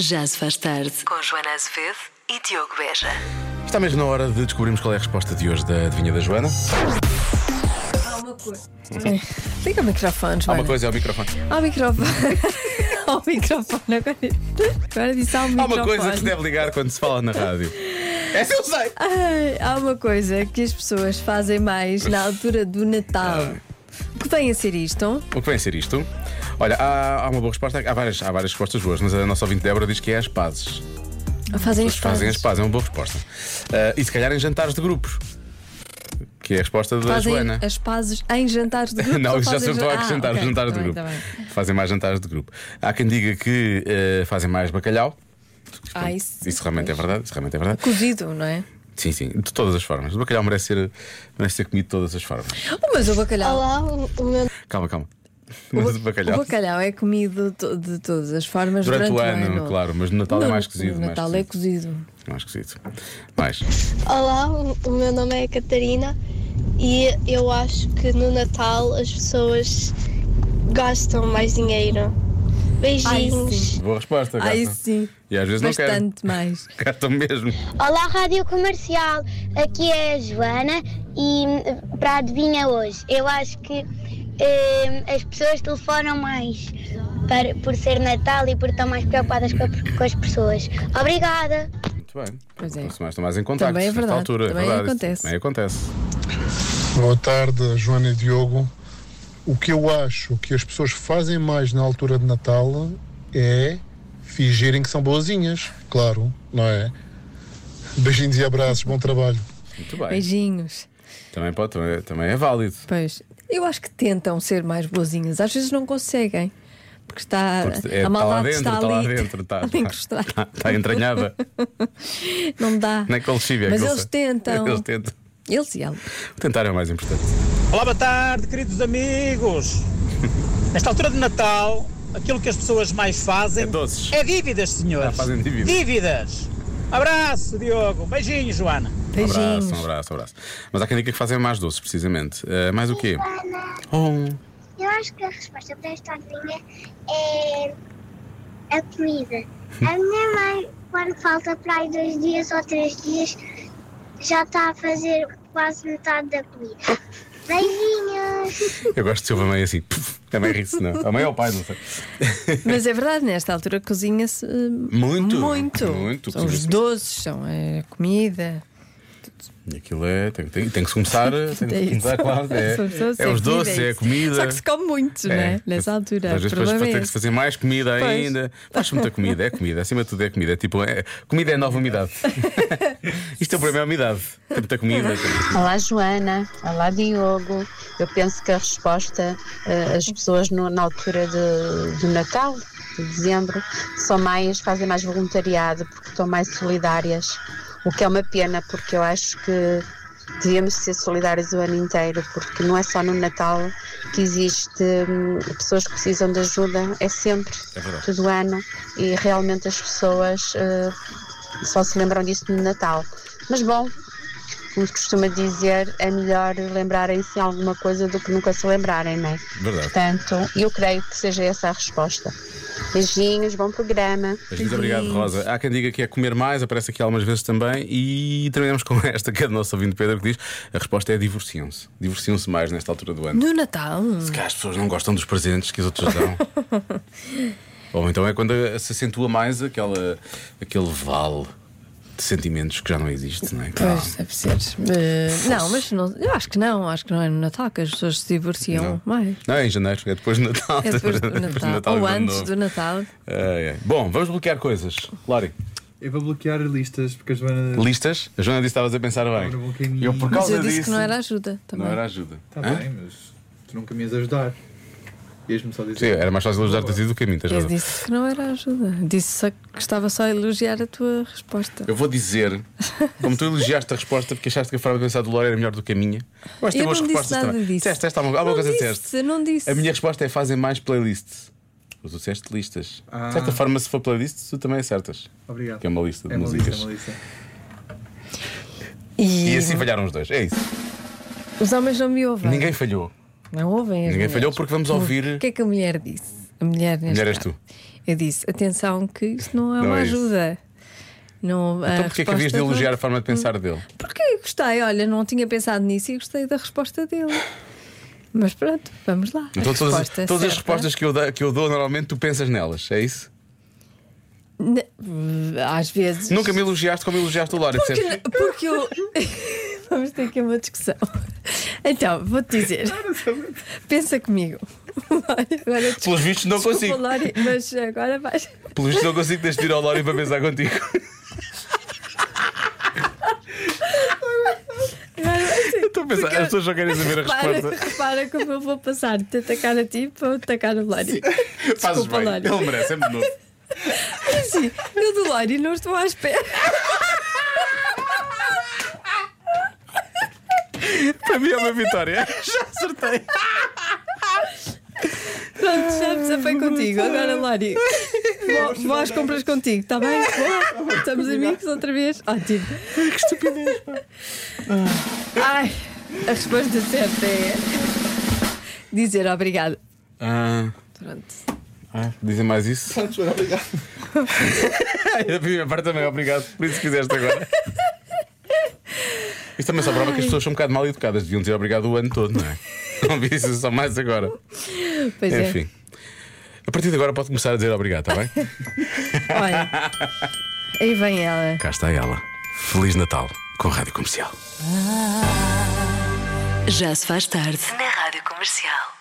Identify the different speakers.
Speaker 1: Já se faz tarde. Com Joana Azevedo e Diogo Beja.
Speaker 2: Está mesmo na hora de descobrirmos qual é a resposta de hoje da adivinha da Joana.
Speaker 3: Liga o microfone,
Speaker 2: Há
Speaker 3: Joana.
Speaker 2: uma coisa, é o microfone.
Speaker 3: Ao microfone. ao microfone. Agora, agora disse ao
Speaker 2: Há
Speaker 3: microfone.
Speaker 2: uma coisa que se deve ligar quando se fala na rádio. Essa eu sei!
Speaker 3: Ai, há uma coisa que as pessoas fazem mais na altura do
Speaker 2: Ah.
Speaker 3: Natal. O que vem a ser isto?
Speaker 2: O que vem a ser isto? Olha, há, há uma boa resposta. Há várias, há várias respostas boas, mas a nossa ouvinte Débora diz que é as pazes.
Speaker 3: Fazem
Speaker 2: As
Speaker 3: as
Speaker 2: fazem as
Speaker 3: pazes.
Speaker 2: pazes, é uma boa resposta. Ah, e se calhar em jantares de grupos. Que é a resposta da
Speaker 3: Fazem
Speaker 2: Joana.
Speaker 3: as pazes em jantares de grupo.
Speaker 2: Não,
Speaker 3: ou
Speaker 2: isso já
Speaker 3: fazem
Speaker 2: são
Speaker 3: jan-
Speaker 2: a
Speaker 3: Ah,
Speaker 2: acrescentar
Speaker 3: ok,
Speaker 2: jantares
Speaker 3: tá
Speaker 2: de
Speaker 3: bem,
Speaker 2: grupo.
Speaker 3: tá bem.
Speaker 2: Fazem mais jantares de grupo. Há quem diga que eh, fazem mais bacalhau.
Speaker 3: Ah, isso-
Speaker 2: isso realmente é verdade. Isso realmente é verdade.
Speaker 3: Cozido, não é?
Speaker 2: Sim, sim, de todas as formas. O bacalhau merece ser, merece ser comido de todas as formas.
Speaker 3: Oh, mas o bacalhau.
Speaker 4: Olá, o o meu
Speaker 2: Calma, calma. Mas o bacalhau.
Speaker 3: O bacalhau é comido to- de todas as formas
Speaker 2: Durante
Speaker 3: durante, um
Speaker 2: o ano, claro, mas no Natal é
Speaker 3: No-
Speaker 2: mais cozido,
Speaker 3: No
Speaker 2: mais
Speaker 3: Natal é cozido.
Speaker 2: Não acho que isso. Mais.
Speaker 4: Olá, o o meu nome é Catarina e eu acho que no Natal as pessoas gastam mais dinheiro. Beijinhos.
Speaker 2: Boa resposta, gata.
Speaker 3: Ai, sim.
Speaker 2: é? E às vezes não
Speaker 3: Bastante mais.
Speaker 2: quero. Gata mesmo.
Speaker 5: Olá, Rádio Comercial. Aqui é a Joana e hum, para adivinha hoje, eu acho que hum, as pessoas telefonam mais para- por ser Natal e por estar mais preocupadas com, a- com as pessoas. Obrigada.
Speaker 2: Muito bem.
Speaker 3: Pois é.
Speaker 2: Então, se mais estão mais em contacto.
Speaker 3: Também é
Speaker 2: nesta
Speaker 3: verdade,
Speaker 2: Altura,
Speaker 3: também
Speaker 2: é verdade.
Speaker 3: acontece.
Speaker 2: Também acontece.
Speaker 6: Boa tarde, Joana e Diogo. O que eu acho que as pessoas fazem mais na altura de Natal é fingirem que são boazinhas, claro, não é? Beijinhos e abraços, bom trabalho.
Speaker 2: Muito bem.
Speaker 3: Beijinhos.
Speaker 2: Também, pode, também, também é válido.
Speaker 3: Pois. Eu acho que tentam ser mais boazinhas. Às vezes não conseguem. Porque está.
Speaker 2: Porque é,
Speaker 3: a
Speaker 2: está lá
Speaker 3: maldade
Speaker 2: dentro,
Speaker 3: está,
Speaker 2: está lá
Speaker 3: ali,
Speaker 2: dentro. tá, Está,
Speaker 3: ali encostada.
Speaker 2: está, é está tá entranhada.
Speaker 3: Não dá.
Speaker 2: Nem colchívia.
Speaker 3: Mas eles tentam.
Speaker 2: Eles tentam.
Speaker 3: Eles e elas.
Speaker 2: Tentar é o mais importante.
Speaker 7: Olá, boa tarde, queridos amigos. Nesta altura de Natal, aquilo que as pessoas mais fazem
Speaker 2: É doces.
Speaker 7: é dívidas, senhores.
Speaker 2: Ah, fazem dívidas.
Speaker 7: Dívidas. Abraço, Diogo. Beijinho, Joana.
Speaker 2: Um
Speaker 3: Beijinhos.
Speaker 2: abraço, um abraço, um abraço. Mas há quem diga que fazem mais doces, precisamente. Eh, mais o quê? Oh,
Speaker 5: Eu acho que a resposta para esta adivinha é a comida. A minha mãe, quando falta para aí dois dias ou três dias, já está a fazer quase metade da comida. Beijinhos!
Speaker 2: eu gosto de ser uma mãe assim. Puf, A mãe ri-se, não. A mãe ou o pai, não sei.
Speaker 3: Mas é verdade, nesta altura cozinha-se. eh,
Speaker 2: Muito,
Speaker 3: Muito.
Speaker 2: muito,
Speaker 3: São os
Speaker 2: cozinha-se.
Speaker 3: doces, são a comida.
Speaker 2: E Aquilo é. Tem, tem, tem que se começar. eh, Tem
Speaker 3: É
Speaker 2: que se começar,
Speaker 3: isso.
Speaker 2: claro.
Speaker 3: As pessoas
Speaker 2: É, é
Speaker 3: sem
Speaker 2: os
Speaker 3: comida,
Speaker 2: doces, é a
Speaker 3: isso.
Speaker 2: comida.
Speaker 3: Só que se come muito, não é? Nessa altura.
Speaker 2: Às vezes
Speaker 3: o
Speaker 2: depois
Speaker 3: problema
Speaker 2: tem
Speaker 3: é
Speaker 2: que se
Speaker 3: esse.
Speaker 2: fazer mais comida
Speaker 3: Pois.
Speaker 2: ainda. Faz muita comida, é comida, acima de tudo é comida. É tipo, é- comida é nova umidade. Isto é o problema, é a umidade. Tem muita comida. tem-
Speaker 8: Olá Joana, olá Diogo. Eu penso que a resposta, eh, as pessoas no- na altura de, do Natal, de dezembro, são mais, fazem mais voluntariado porque estão mais solidárias, o que é uma pena porque eu acho que devíamos ser solidários o ano inteiro, porque não é só no Natal que existe hum, pessoas que precisam de ajuda, é sempre,
Speaker 2: É verdade.
Speaker 8: todo ano, e realmente as pessoas eh, só se lembram disso no Natal. Mas bom, como se costuma dizer, é melhor lembrarem-se de alguma coisa do que nunca se lembrarem, não é?
Speaker 2: Verdade.
Speaker 8: Portanto, eu creio que seja essa a resposta. Beijinhos, bom programa.
Speaker 2: Mas muito obrigado, Rosa. Há quem diga que é comer mais, aparece aqui algumas vezes também. E terminamos com esta que é do nosso ouvinte Pedro, que diz: a resposta é divorciam-se. Divorciam-se mais nesta altura do ano.
Speaker 3: No Natal.
Speaker 2: Se calhar as pessoas não gostam dos presentes que os outros dão. Ou então é quando se acentua mais aquela, aquele vale de sentimentos que já não existe, não é?
Speaker 3: Pois, deve ser. Eh, não, mas não- eu acho que não, acho que não é no Natal que as pessoas se divorciam
Speaker 2: Não.
Speaker 3: mais.
Speaker 2: Não, é em janeiro, é depois do Natal.
Speaker 3: É depois do
Speaker 2: Depois
Speaker 3: Natal.
Speaker 2: e
Speaker 3: Ou
Speaker 2: do Ano
Speaker 3: antes
Speaker 2: Novo.
Speaker 3: do Natal.
Speaker 2: Ai, ai. Bom, vamos bloquear coisas. Lori,
Speaker 9: É para bloquear listas, porque a Joana.
Speaker 2: listas? A Joana disse que estavas a pensar
Speaker 9: Ora, bom
Speaker 2: bem.
Speaker 9: caminho.
Speaker 2: Eu por
Speaker 3: Mas
Speaker 2: causa
Speaker 3: eu disse
Speaker 2: disso.
Speaker 3: que não era ajuda também.
Speaker 2: não era ajuda.
Speaker 8: Tá
Speaker 9: Está
Speaker 2: Hã?
Speaker 9: bem, mas tu nunca me ias ajudar. Ias-me só
Speaker 2: Sim, é.
Speaker 9: dizer.
Speaker 2: era mais fácil ajudar-te a ti do que a mim, tens
Speaker 3: Eu
Speaker 2: razão.
Speaker 3: disse que não era ajuda. Disse só que estava só a elogiar a tua resposta.
Speaker 2: Eu vou dizer, como tu elogiaste a resposta porque achaste que a forma de pensar do Lore era melhor do que a minha. Eu acho que tem
Speaker 3: Eu
Speaker 2: boas
Speaker 3: não disse
Speaker 2: respostas
Speaker 3: nada
Speaker 2: também.
Speaker 3: disso.
Speaker 2: Disseste, esta, alguma alguma
Speaker 3: não
Speaker 2: coisa
Speaker 3: disse,
Speaker 2: disseste.
Speaker 3: não disse.
Speaker 2: A minha resposta é fazem mais playlists. Mas tu disseste listas. De certa forma, se for playlists, tu também acertas.
Speaker 9: Ah. Obrigado.
Speaker 2: Que é uma lista de
Speaker 9: É uma
Speaker 2: músicas.
Speaker 9: lista, é uma lista.
Speaker 3: E,
Speaker 2: E assim falharam os dois. É isso.
Speaker 3: os homens não me ouvem.
Speaker 2: Ninguém falhou.
Speaker 3: não ouvem as
Speaker 2: Ninguém
Speaker 3: mulheres.
Speaker 2: falhou porque vamos
Speaker 3: O
Speaker 2: ouvir.
Speaker 3: que é que a mulher disse? A mulher, neste
Speaker 2: Mulher és
Speaker 3: caso.
Speaker 2: tu.
Speaker 3: Eu disse: atenção, que isto não é
Speaker 2: Não
Speaker 3: uma
Speaker 2: é isso.
Speaker 3: ajuda. Não,
Speaker 2: Então porquê é que havias de elogiar a forma de pensar dele?
Speaker 3: Porque eu gostei, olha, não tinha pensado nisso e gostei da resposta dele. Mas pronto, vamos lá. A
Speaker 2: Então todas,
Speaker 3: resposta
Speaker 2: todas
Speaker 3: certa-
Speaker 2: as respostas que eu, da- que eu dou, normalmente tu pensas nelas, é isso?
Speaker 3: Ne- hum, Às vezes.
Speaker 2: Nunca me elogiaste como elogiaste o Lória, percebes?
Speaker 3: Porque, porque eu. Vamos ter aqui uma discussão. Então, vou-te dizer. Pensa comigo. Agora,
Speaker 2: Pelos vistos não
Speaker 3: desculpa,
Speaker 2: consigo.
Speaker 3: Lori, mas agora vais.
Speaker 2: Pelos vistos não consigo deixar de ir ao Lória para pensar contigo.
Speaker 3: Agora vais ter-
Speaker 2: Estou a pensar,
Speaker 3: Porque-
Speaker 2: as pessoas só querem saber a
Speaker 3: Repara,
Speaker 2: resposta.
Speaker 3: repara como eu vou passar de te atacar a ti para atacar o Lori.
Speaker 2: Fazes
Speaker 3: Desculpa,
Speaker 2: bem,
Speaker 3: Lória.
Speaker 2: ele merece, é muito novo.
Speaker 3: Sim, eu do Lori não estou à espera.
Speaker 2: Para mim é uma vitória. Já acertei.
Speaker 3: Pronto, já desafei contigo. Agora, Lori, vou- vou às compras contigo, está bem? Boa. Estamos amigos outra vez? Ótimo. Que estupidez, pá. Ai, a resposta certa é dizer obrigado.
Speaker 2: Ah,
Speaker 3: Pronto.
Speaker 2: ah, dizem mais isso?
Speaker 3: Tá,
Speaker 9: Pronto, Joana, obrigado.
Speaker 2: A primeira parte também, obrigado por isso que fizeste agora. Isto também só prova que as pessoas são um bocado mal educadas. Deviam dizer obrigado o ano todo, não é? Não vi isso só mais agora.
Speaker 3: Pois é.
Speaker 2: Enfim. A partir de agora pode começar a dizer obrigado, está bem?
Speaker 3: Olha. Aí vem ela.
Speaker 2: Cá está ela. Feliz Natal com a Rádio Comercial.
Speaker 1: Já se faz tarde na Rádio Comercial.